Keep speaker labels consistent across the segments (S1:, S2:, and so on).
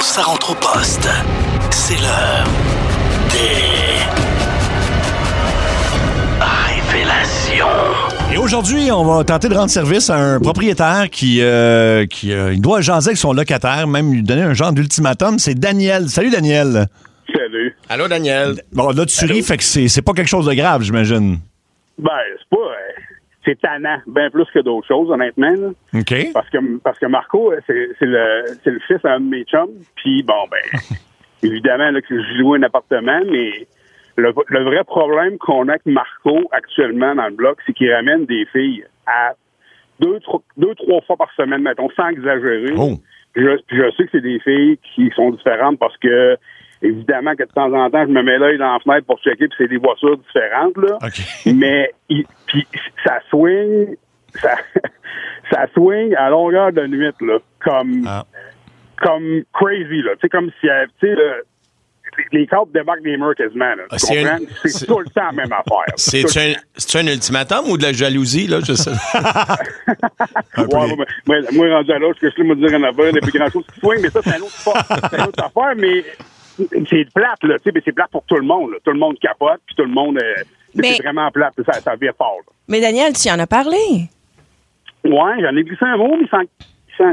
S1: ça rentre au poste. C'est l'heure des révélations.
S2: Et aujourd'hui, on va tenter de rendre service à un propriétaire qui, euh, qui euh, il doit jaser avec son locataire, même lui donner un genre d'ultimatum. C'est Daniel. Salut, Daniel.
S3: Salut.
S4: Allô, Daniel.
S2: Bon, là, tu ris, fait que c'est c'est pas quelque chose de grave, j'imagine.
S3: Ben, c'est pas. euh, C'est tannant, bien plus que d'autres choses, honnêtement. là.
S2: OK.
S3: Parce que, parce que Marco, euh, c'est c'est le, c'est le fils d'un de mes chums. Puis, bon, ben, évidemment, là, que je loue un appartement, mais le, le vrai problème qu'on a avec Marco actuellement dans le bloc, c'est qu'il ramène des filles à deux, tro- deux, trois fois par semaine, mettons, sans exagérer.
S2: Oh.
S3: Puis Je, puis je sais que c'est des filles qui sont différentes parce que, évidemment, que de temps en temps, je me mets l'œil dans la fenêtre pour checker, puis c'est des voitures différentes, là.
S2: OK.
S3: Mais il- puis ça swing, ça, ça swing à longueur de nuit, là, comme,
S2: Ah.
S3: comme crazy, là. Tu sais, comme si, euh, tu sais, le- les cartes débarquent des murs quasiment, là.
S4: Ah,
S3: Tu
S4: c'est
S3: comprends?
S4: une-
S3: C'est tout le temps la même affaire.
S4: C'est
S3: Tout le
S4: un, c'est-tu un ultimatum ou de la jalousie, là? Je sais.
S2: Un peu
S3: Ouais,
S2: les-
S3: ouais, mais- mais moi, rendu à l'autre, ce que je sais, me dire en affaire, depuis grand chose qui swing, mais ça, c'est un autre sport. C'est une autre affaire, mais c'est plate, là. Tu sais, mais c'est plate pour tout le monde, là. Tout le monde capote, puis tout le monde. euh,
S5: Mais-
S3: C'est vraiment plate, ça, ça vire fort, là.
S5: Mais Daniel, tu y en as parlé.
S3: Ouais, j'en ai glissé un mot, mais sans. sans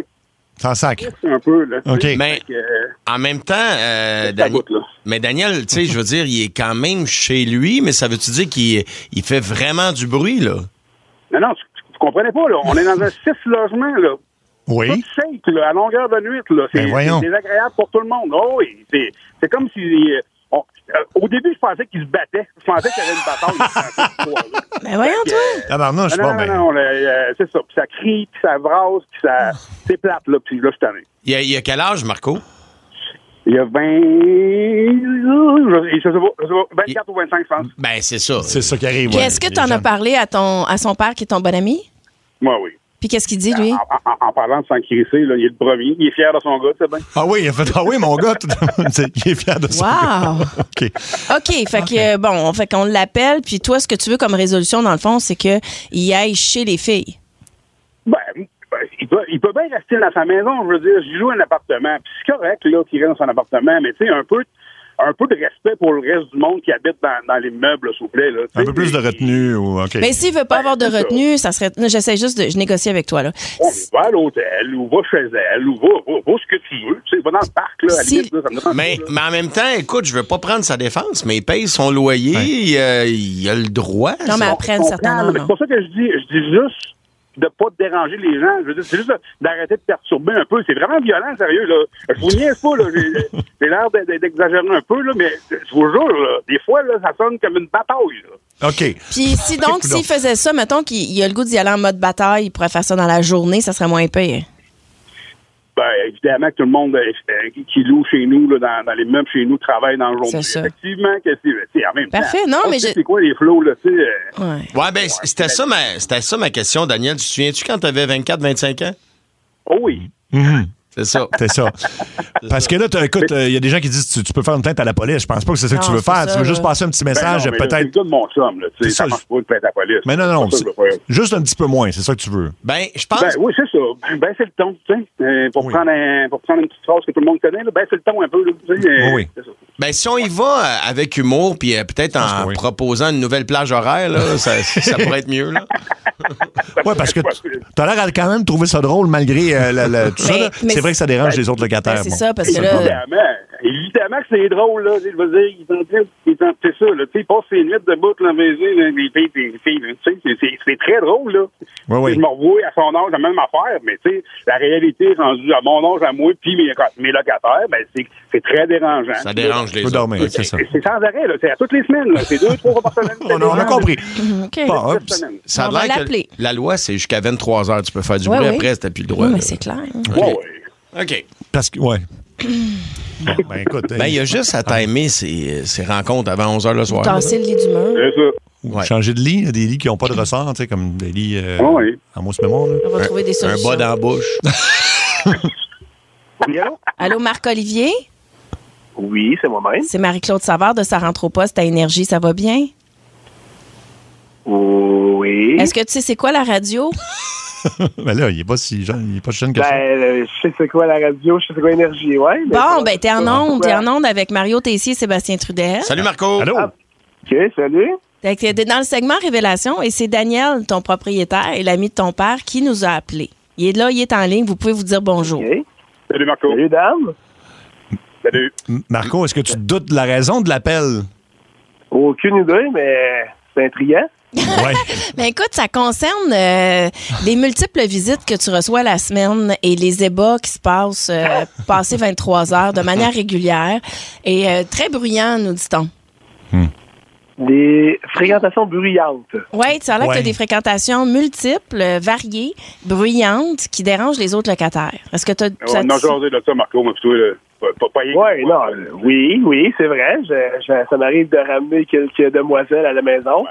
S2: Sans sac.
S3: un peu, là.
S2: OK.
S4: Mais
S3: Fait que, euh,
S4: en même temps, euh,
S3: Ça
S4: Dani-
S3: goûte, là.
S4: mais Daniel, tu sais, je veux dire, il est quand même chez lui, mais ça veut-tu dire qu'il il fait vraiment du bruit, là?
S3: Non, non, tu, tu comprenais pas, là. On est dans un six logements, là.
S2: Oui.
S3: Tout shake, là, à longueur de nuit, là. C'est
S2: Ben voyons.
S3: c'est désagréable pour tout le monde. Oh, oui, c'est c'est comme si. euh, on- euh, au début, je pensais qu'ils se battaient. Je pensais qu'il y avait une bataille. dans cette histoire-là.
S5: Ben voyons, toi.
S2: Tabarnouche,
S3: non,
S2: bon,
S3: non,
S2: ben.
S3: non, là, euh, c'est ça. Puis ça crie, puis ça brasse, puis ça. C'est plate, là. Puis là, je suis tanné.
S4: Il a, il a quel âge, Marco?
S3: Il y a 20. Je, je sais pas, je sais pas, 24 ou 25, je pense.
S4: Ben, c'est ça.
S2: C'est ça qui arrive.
S5: Puis
S2: ouais,
S5: Est-ce que
S2: les
S5: tu en as
S2: jeunes.
S5: parlé à, ton, à son père qui est ton bon ami?
S3: Moi, oui.
S5: Puis qu'est-ce qu'il dit, lui?
S3: En, en- en parlant de s'en crisser, là, il est le premier. Il est fier de son gars, tu sais bien.
S2: Ah oui, il a fait. Ah oui, mon gars, tout- c'est- il est fier de ça.
S5: Wow!
S2: OK.
S5: OK, fait que euh, bon, on fait qu'on l'appelle, puis toi, ce que tu veux comme résolution, dans le fond, c'est qu'il aille chez les filles.
S3: Ben, ben, il peut, il peut bien rester dans sa maison, je veux dire, je joue un appartement. Puis c'est correct, là, qu'il reste dans son appartement, mais tu sais, un peu, un peu de respect pour le reste du monde qui habite dans, dans l'immeuble, s'il vous plaît. Là, tu
S2: Un
S3: sais.
S2: peu plus de retenue. Ou, OK.
S5: Mais s'il veut pas
S3: Ben,
S5: avoir de
S3: c'est ça. Oh.
S5: retenue, ça serait. non, J'essaie juste de. Je négocie avec toi, là.
S3: On va à l'hôtel, ou va chez elle, ou va, va, va ce que tu veux. Tu sais, va dans le parc, là, à la
S5: Si-
S3: limite, là, ça me dérange
S4: Mais,
S3: pas, là.
S4: mais en même temps, écoute, je veux pas prendre sa défense, mais il paye son loyer,
S2: Ouais.
S4: il, euh, il a le droit.
S5: Non, mais
S4: ça.
S5: après un
S3: On
S5: certain
S3: calme,
S5: nombre.
S3: mais
S5: non.
S3: C'est pour ça que je dis, je dis juste de pas déranger les gens. Je veux dire, c'est juste d'arrêter de perturber un peu. C'est vraiment violent, sérieux, là. Je vous niaise pas, là. J'ai- J'ai l'air d'e- d'exagérer un peu, là, mais je vous jure, là, des fois, là, ça sonne comme une bataille, là.
S2: OK.
S5: Puis si
S2: Coudonc.
S5: donc, s'il faisait ça, mettons qu'il il a le goût d'y aller en mode bataille, il pourrait faire ça dans la journée, ça serait moins pire.
S3: Ben, évidemment que tout le monde euh, euh, qui loue chez nous, là, dans, dans les mêmes chez nous, travaille dans le jour.
S5: C'est ça.
S3: Effectivement que c'est, tu sais, en même temps,
S5: Parfait, non,
S3: on
S5: mais
S3: sait
S5: je-
S3: C'est quoi les flots, là, tu sais? euh,
S5: Ouais.
S4: Ouais, ben, c'était ça, ma, c'était ça ma question, Daniel. Tu te souviens-tu quand t'avais 24, 25 ans?
S3: Oh oui.
S2: Mhm.
S4: C'est ça.
S2: C'est ça. Parce que là, t'as- écoute, il y a des gens qui disent tu, tu peux faire une plainte à la police. Je pense pas que c'est ça que tu
S5: Non,
S2: veux
S5: c'est
S2: faire.
S5: ça,
S2: tu veux juste
S5: là.
S2: passer un petit
S3: Ben
S2: message,
S3: non, mais C'est le
S2: peut-être.
S3: gars de mon chum, là, tu sais.
S2: C'est ça,
S3: Ça marche pas de plainte à la police.
S2: Mais non, non,
S3: C'est
S2: c'est-
S3: pas ça que je veux faire.
S2: juste un petit peu moins. C'est ça que tu veux.
S4: Ben, je pense.
S3: Ben oui, c'est ça. Ben c'est le ton, tu sais. Euh, pour,
S2: Oui.
S3: prendre un- pour prendre une petite phrase que tout le monde connaît, là, ben c'est le ton un peu, là, tu sais. euh,
S2: Oui, oui.
S3: c'est ça.
S4: Ben, si on y va euh, avec humour, puis euh, peut-être
S2: pense
S4: en
S2: que oui.
S4: proposant une nouvelle plage horaire, là, ça, ça pourrait être mieux. Là.
S2: Oui, parce que
S3: pourrait
S2: tu
S3: être-
S2: as l'air à quand même trouver ça drôle malgré euh, la- la- tout ça.
S5: Mais-
S2: là.
S5: mais
S2: C'est vrai que ça dérange les autres locataires.
S5: Ben, c'est
S2: bon.
S5: ça, parce que
S2: le
S5: là-
S2: problème.
S3: Évidemment, évidemment que c'est drôle, là. Je veux dire, ils en disent- ils en- c'est ça, là. Tu sais, ils passent ses nuits de bout, là, baiser, là, les filles, les filles, là, tu sais. c'est- c'est- C'est très drôle, là.
S2: Oui, oui.
S3: Je me revois à son âge, la même affaire, mais tu sais, la réalité rendue à mon âge, à moi, puis mes, mes locataires, ben c'est c'est très dérangeant.
S4: Ça dérange les
S2: Faut
S4: autres.
S2: dormir,
S4: OK.
S2: c'est ça.
S3: Et C'est sans arrêt, là. C'est à toutes les semaines, là. C'est deux, trois fois par semaine.
S2: On, a- on a compris. Ah,
S5: OK.
S2: Bon, hop.
S3: Cette semaine.
S4: Ça a
S5: On va
S4: l'air que
S5: l'appeler.
S4: la loi, c'est jusqu'à 23 heures. Tu peux faire du
S5: Ouais,
S4: bruit
S5: oui.
S4: après, si t'as plus le droit.
S5: Oui,
S4: là.
S5: mais c'est clair.
S3: Ouais, ouais.
S4: OK.
S2: Parce que, ouais. Bon, ben écoute.
S4: Ben, il y a juste à timer ces, ces rencontres avant 11 heures le soir. là.
S5: Tasser le lit du mur.
S3: C'est ça.
S4: Ouais.
S2: Changer de lit, il y a des lits qui n'ont pas de ressort, tu sais, comme des lits euh,
S3: Ouais.
S2: à mousse mémoire. là.
S5: On va trouver des
S4: Un
S5: solutions.
S4: bas dans la bouche.
S3: Oui, allô?
S5: Allô, Marc-Olivier?
S6: Oui, c'est moi-même.
S5: C'est Marie-Claude Savard de Ça rentre au poste à Énergie. Ça va bien?
S6: Oui.
S5: Est-ce que tu sais c'est quoi la radio?
S2: ben là, il est pas si jeune, il est pas si jeune que ça.
S6: Ben, euh, je sais c'est quoi la radio, je sais c'est quoi l'énergie, ouais. mais
S5: Bon,
S6: ça-
S5: ben, t'es en
S6: ça-
S5: onde. T'es
S6: Ouais.
S5: en onde avec Mario Tessier et Sébastien Trudel.
S4: Salut Marco.
S2: Allô?
S6: OK, salut.
S5: Fait que t'es dans le segment Révélation et c'est Daniel, ton propriétaire et l'ami de ton père, qui nous a appelés. Il est là, il est en ligne, vous pouvez vous dire bonjour.
S6: OK.
S3: Salut, Marco.
S6: Salut, dame.
S3: Salut.
S2: M- Marco, est-ce que tu te doutes de la raison de l'appel?
S6: Aucune idée, mais c'est intriguant.
S2: Oui.
S5: Ben écoute, ça concerne euh, les multiples visites que tu reçois la semaine et les ébats qui se passent euh, passé 23 heures de manière régulière et euh, très bruyant, nous dit-on.
S6: Des fréquentations bruyantes.
S5: Oui, tu as l'air que tu
S2: Ouais.
S5: as des fréquentations multiples, euh, variées, bruyantes, qui dérangent les autres locataires. Est-ce que tu as...
S3: On a jasé de ça, Marco, mais plutôt, là, pas, pas, pas rien que
S6: Ouais, non,
S3: moi.
S6: euh, oui, oui, c'est vrai. Je- je- ça m'arrive de ramener quelques demoiselles à la maison,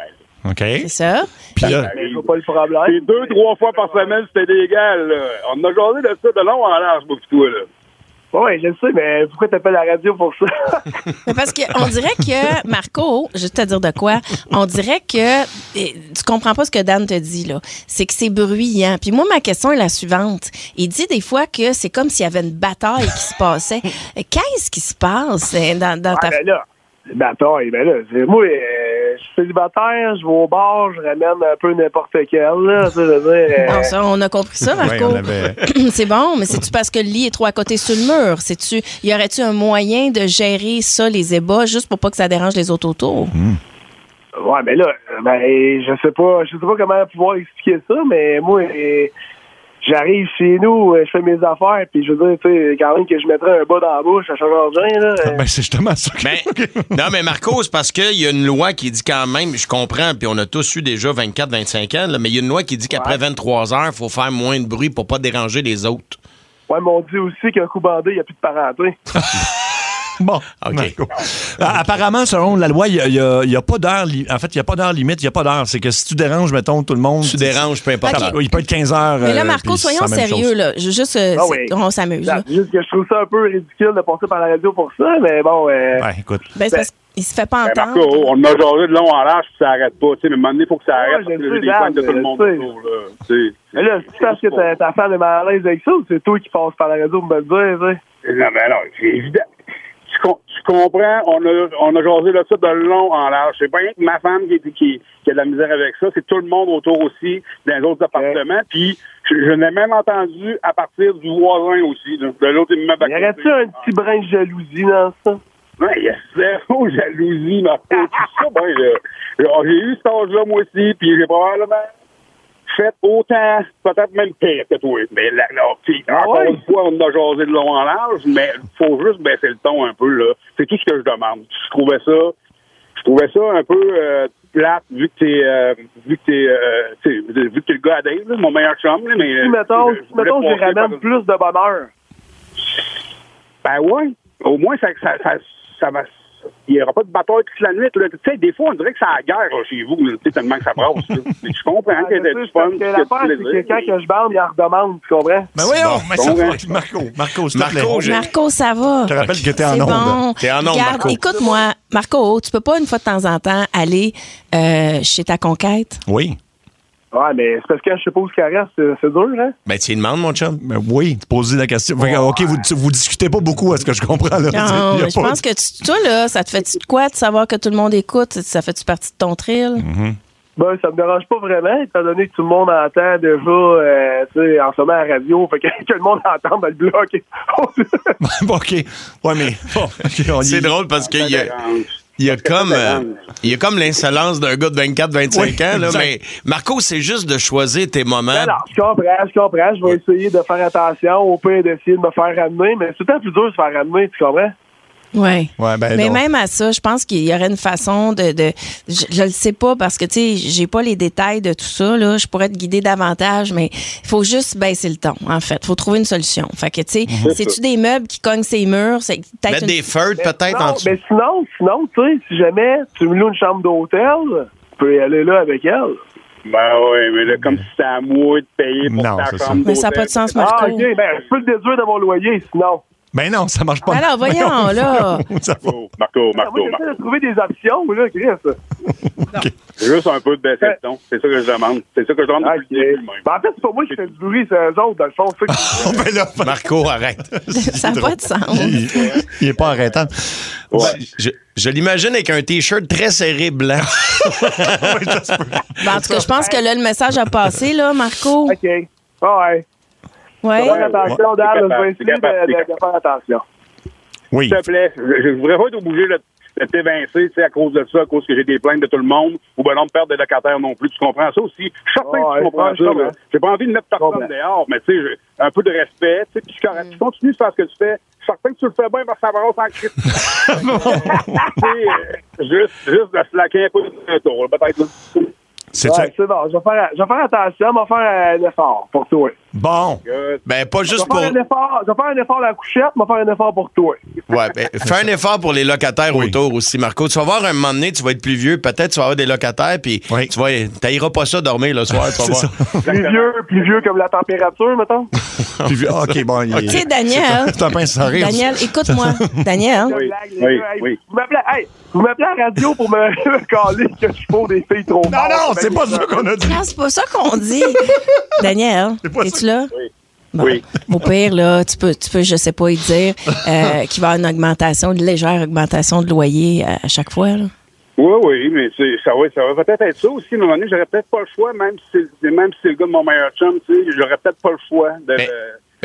S2: OK.
S5: C'est ça. Ben,
S2: Puis euh, là,
S6: mais je vois pas le problème.
S3: C'est deux, trois fois par semaine, c'était légal. là. On a jasé de ça de long en large, moi, plutôt, là. Eh,
S6: Oui, je le sais, mais pourquoi t'appelles la radio pour ça?
S5: Mais parce qu'on dirait que, Marco, juste te dire de quoi, on dirait que eh, tu comprends pas ce que Dan te dit, là. C'est que c'est bruyant. Puis moi, ma question est la suivante. Il dit des fois que c'est comme s'il y avait une bataille qui se passait. Euh, Qu'est-ce qui se passe eh, dans, dans ta...
S6: Ah, ben là, ben attends, ben là, c'est- moi, euh, je suis célibataire, je vais au bar, je ramène un peu n'importe quel, là, tu sais, je veux dire, euh,
S5: Non, ça, on a compris ça,
S2: ouais,
S5: Marco.
S2: on avait.
S5: c'est bon, mais c'est-tu parce que le lit est trop à côté sur le mur? C'est-tu, y aurait-tu un moyen de gérer ça, les ébats, juste pour pas que ça dérange les autres autour?
S2: Euh,
S6: Ouais, mais là, ben, je sais pas, je sais pas comment pouvoir expliquer ça, mais moi, euh, j'arrive chez nous, euh, je fais mes affaires, puis je veux dire, tu sais, quand même que je mettrais un bas dans la bouche, ça change rien, là. Euh,
S2: Ben, c'est justement ça que.
S4: Ben, non, mais Marco, c'est parce qu'il y a une loi qui dit quand même, je comprends, puis on a tous eu déjà 24, 25 ans, là, mais il y a une loi qui dit qu'après 23 heures, il faut faire moins de bruit pour pas déranger les autres.
S6: Ouais, mais on dit aussi qu'un coup bandé, il n'y a plus de parenté.
S2: Bon,
S4: OK.
S2: Marco. Ah, Apparemment, selon la loi, il n'y a, il y a pas d'heure. li- En fait, il n'y a pas d'heure limite, il n'y a pas d'heure. C'est que si tu déranges, mettons, tout le monde.
S4: Tu déranges, peu importe.
S2: ça- Il peut être 15 heures.
S5: Mais là,
S2: euh,
S5: Marco,
S2: puis c'est
S5: soyons
S2: la même
S5: sérieux,
S2: chose.
S5: là. Je- Juste, euh,
S6: Ah
S5: c'est-
S6: oui.
S5: on s'amuse, là.
S6: C'est juste que je trouve ça un peu ridicule de passer par la radio pour ça, mais bon, euh,
S2: Ouais, écoute.
S5: Ben, c'est parce qu'il se fait pas
S3: Ben,
S5: entendre.
S3: Marco, on a jasé de long en large, puis ça arrête pas. Tu sais, mais à un moment donné, faut que ça arrête,
S6: Ouais,
S3: parce
S6: je
S3: que là,
S6: sais,
S3: j'ai des pointes de
S6: Dan,
S3: tout le
S6: je
S3: monde
S6: sais.
S3: autour, là. Tu sais.
S6: mais là, c'est parce que ta, ta femme est mal à l'aise avec ça, ou c'est toi qui passes par la radio pour me le dire, tu sais?
S3: Non, mais alors, c'est évident. Tu, com- tu comprends, on a, on a jasé là ça de long en large. C'est pas rien que ma femme qui, est- qui, qui a de la misère avec ça, c'est tout le monde autour aussi, dans les autres appartements. Puis, je, je l'ai même entendu à partir du voisin aussi, là, de l'autre immeuble. à
S6: Y aurait-tu
S3: côté.
S6: un petit brin de jalousie dans ça?
S3: Ouais, Ben, Il y a zéro jalousie, Marco. Tout ça, ben, là, là, j'ai eu cet âge-là, moi aussi, puis j'ai probablement fait autant, peut-être même pire que toi. Mais là, là, puis, encore
S6: ouais?
S3: une fois, on a jasé de long en large, mais faut juste baisser le ton un peu, là. C'est tout ce que je demande. Je trouvais ça, je trouvais ça un peu euh, plate, vu que t'es, euh, vu que t'es, euh, tu sais, vu que t'es le gars à Dave, là, mon meilleur chum, là, mais...
S6: Si, mettons,
S3: Euh, je- je
S6: si, mettons,
S3: voulais
S6: je
S3: passer par-
S6: ramène plus de bonheur.
S3: ben oui. Au moins, ça, ça, ça, ça va. Il n'y aura pas de bataille toute la nuit. là. Tu sais, des fois, on dirait que c'est la guerre là, chez vous, là, tu sais, tellement que ça brasse. là. Mais Je comprends
S6: Ah,
S3: que
S6: c'est
S3: c'est du
S6: sûr, c'est
S3: fun.
S6: parce que l'affaire, c'est que quand que je bande, il en redemande, tu comprends?
S2: Ben voyons, mais ça
S3: Bon,
S2: va
S3: hein.
S2: être Marco. Marco, s'il te plaît.
S4: Marco,
S2: Je
S4: j'ai-
S5: Marco, ça va.
S2: te rappelle que t'es en
S5: C'est
S2: onde.
S5: bon.
S4: T'es en onde,
S5: Regarde,
S4: Marco.
S5: écoute-moi. Marco, oh, tu peux pas, une fois de temps en temps, aller euh, chez ta conquête?
S2: Oui.
S6: Ouais, mais c'est parce que je suppose qu'elle reste, c'est c'est dur, hein?
S4: Ben, tu lui demandes, mon chum.
S2: Ben oui, poser la question. Fait que, OK, vous, vous discutez pas beaucoup, à ce que je comprends. Là.
S5: Non,
S2: Il Ah, ben, y a
S5: mais je
S2: pas-
S5: pense que tu- toi, là, ça te fait-tu de quoi de savoir que tout le monde écoute? Ça fait-tu partie de ton thrill?
S6: Ben, ça me dérange pas vraiment, étant donné que tout le monde entend déjà, euh, tu sais, en ce moment à la radio, fait que, que le monde entend, ben, le bloc.
S2: Bon, OK. Ouais, mais bon, OK, on y est.
S4: C'est drôle parce qu'il y a, il y a comme, euh, il y a comme l'insolence d'un gars de 24, 25
S2: Oui,
S4: ans, là,
S2: exact.
S4: mais Marco, c'est juste de choisir tes moments.
S6: Ben non, je comprends, je comprends, je vais essayer de faire attention, au pire d'essayer de me faire ramener, mais c'est tout le temps plus dur de se faire ramener, tu comprends?
S5: Oui.
S2: Ouais, ben
S5: Mais
S2: non.
S5: même à ça, je pense qu'il y aurait une façon de. de- je, je le sais pas parce que, tu sais, j'ai pas les détails de tout ça, là. Je pourrais te guider davantage, mais il faut juste baisser le ton, en fait. faut trouver une solution. Fait que, tu sais, c'est-tu des meubles qui cognent ses murs? Ben, C'est peut-être
S4: Mettre
S5: une-
S4: des feutres peut-être
S6: Ben Non,
S4: en dessous.
S6: Mais sinon, sinon, tu sais, si jamais tu me loues une chambre d'hôtel, tu peux y aller là avec elle.
S3: Ben oui, mais là, comme si c'était à moi de payer pour
S2: Non,
S3: ta
S2: c'est ça.
S3: chambre.
S5: Mais ça n'a
S3: d'hôtel.
S5: pas de sens, Marco.
S6: Ah, ok, ben, je peux le déduire de mon loyer, sinon.
S2: Ben non, ça marche pas.
S5: Alors,
S2: Ben
S5: voyons,
S2: non,
S5: là.
S2: voyons, ça va.
S3: Marco, Marco,
S6: Ah, Moi,
S3: Marco. Marco.
S6: j'essaie de trouver des options, là, Chris.
S3: Juste un peu de baisser le ton. C'est ça que je demande. C'est ça que je demande
S6: Ah,
S3: depuis
S6: ok.
S3: le début, même.
S6: Ben, en fait, c'est pas moi qui fais du bruit, c'est eux autres, dans le fond. c'est ça que-
S2: Oh, ben là,
S4: Marco, arrête.
S5: Ça n'a pas de sens.
S2: il, il est pas arrêtable.
S3: Ouais.
S4: Je, je l'imagine avec un T-shirt très serré blanc.
S5: Ben, en tout cas, je pense que là, le message a passé, là, Marco.
S6: OK. Ah ouais.
S5: Ouais.
S6: Faire attention,
S3: ouais.
S6: Dan.
S3: T'es capable, t'es
S6: Je vais essayer de,
S3: capable, t'es
S6: de- de
S3: capable.
S6: faire attention.
S2: Oui.
S3: S'il te plaît, je je voudrais pas être obligé de, de t'évincer tu sais, à cause de ça, à cause que j'ai des plaintes de tout le monde, ou ben non, de perdre des locataires non plus. Tu comprends ça aussi? Je suis certain que
S6: Ouais,
S3: tu comprends
S6: ouais, je
S3: ça.
S6: comprends.
S3: là. J'ai pas envie de mettre
S6: comprends.
S3: personne dehors, mais tu sais, je- un peu de respect, tu sais, puis je suis correct. Tu continues de faire ce que tu fais. Je suis certain que tu le fais bien parce que ça va en crise. Tu sais, euh, juste, juste de slacker un peu de tour, là, peut-être. là.
S2: C'est
S6: Ouais, c'est bon. Je vais faire, je vais faire attention. Je vais faire euh, un effort pour toi.
S2: Bon.
S3: Good.
S4: Ben, pas
S6: Je
S4: juste
S6: vais
S4: pour.
S6: faire un effort. Je vais faire un effort à la couchette. Je vais faire un effort pour toi.
S4: Ouais, ben, fais un effort pour les locataires
S2: Oui.
S4: autour aussi, Marco. Tu vas voir un moment donné, tu vas être plus vieux. Peut-être tu vas avoir des locataires, puis
S2: Oui.
S4: tu vas. T'ailleras pas ça dormir le soir, tu vas
S2: C'est
S4: voir.
S2: ça.
S6: Plus vieux, plus vieux comme la température, mettons.
S2: Puis, ah, OK, bon. il est-
S5: Tu sais, Daniel.
S2: C'est un pince sans rire.
S5: Daniel, écoute-moi. Daniel.
S3: Oui,
S6: Blague, les
S3: oui,
S6: gars. Hey,
S3: oui.
S6: Vous m'appelez hey, vous m'appelez à la radio pour me caler que je suis pour des filles trop
S2: Non,
S6: fortes.
S2: Ah non,
S6: Ben,
S2: c'est pas ça qu'on a dit.
S5: Non, c'est pas ça qu'on dit. Daniel,
S2: pas
S5: es-tu là? Bon.
S3: Oui.
S5: Au pire, là, tu peux, tu peux, je sais pas, y dire euh, qu'il va y avoir une augmentation, une légère augmentation de loyer à, à chaque fois. là.
S3: Oui, oui, mais c'est- ça, va- ça va peut-être être ça aussi. À un moment donné, j'aurais peut-être pas le choix, même si, c'est- même si c'est le gars de mon meilleur chum, tu sais, j'aurais peut-être pas le choix de.
S4: Mais- mais-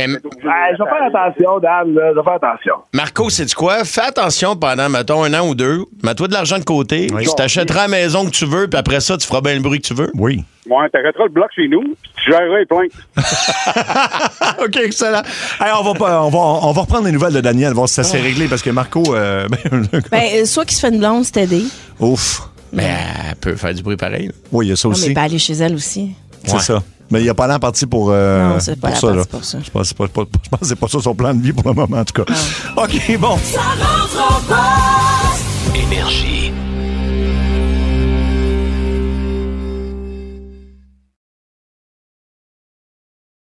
S3: d'être obligé de
S6: Hey, Ah, je vais faire attension, Dan. là. Je vais faire attention.
S4: Marco, c'est du quoi? Fais attention pendant, mettons, un an ou deux. Mets-toi de l'argent de côté.
S2: Oui.
S4: Tu t'achèteras la maison que tu veux, puis après ça, tu feras bien le bruit que tu veux.
S2: Oui.
S3: Ouais, t'arrêteras le bloc chez nous, puis tu géreras les plaintes.
S2: OK, excellent. Hey, on, va, pas- on, va, on va reprendre les nouvelles de Daniel, voir si ça s'est
S5: Oh.
S2: réglé, parce que Marco. euh, ben, le gars-
S5: Ben, euh, soit qu'il se fait une blonde, c'est aidé.
S2: Ouf.
S4: Mais Ben, elle peut faire du bruit pareil.
S2: Oui, il y a ça
S5: Non, mais
S2: aussi.
S5: pas aller chez elle aussi.
S2: C'est
S4: Ouais.
S2: ça. Mais il n'y a pas l'air parti pour, euh,
S5: Non, c'est pas
S2: pour
S5: la
S2: ça.
S5: partie
S2: là.
S5: pour ça.
S2: Je pense, que c'est pas- pas- je pense que c'est pas ça son plan de vie pour le moment, en tout cas. OK, bon.
S7: Ça rentre pas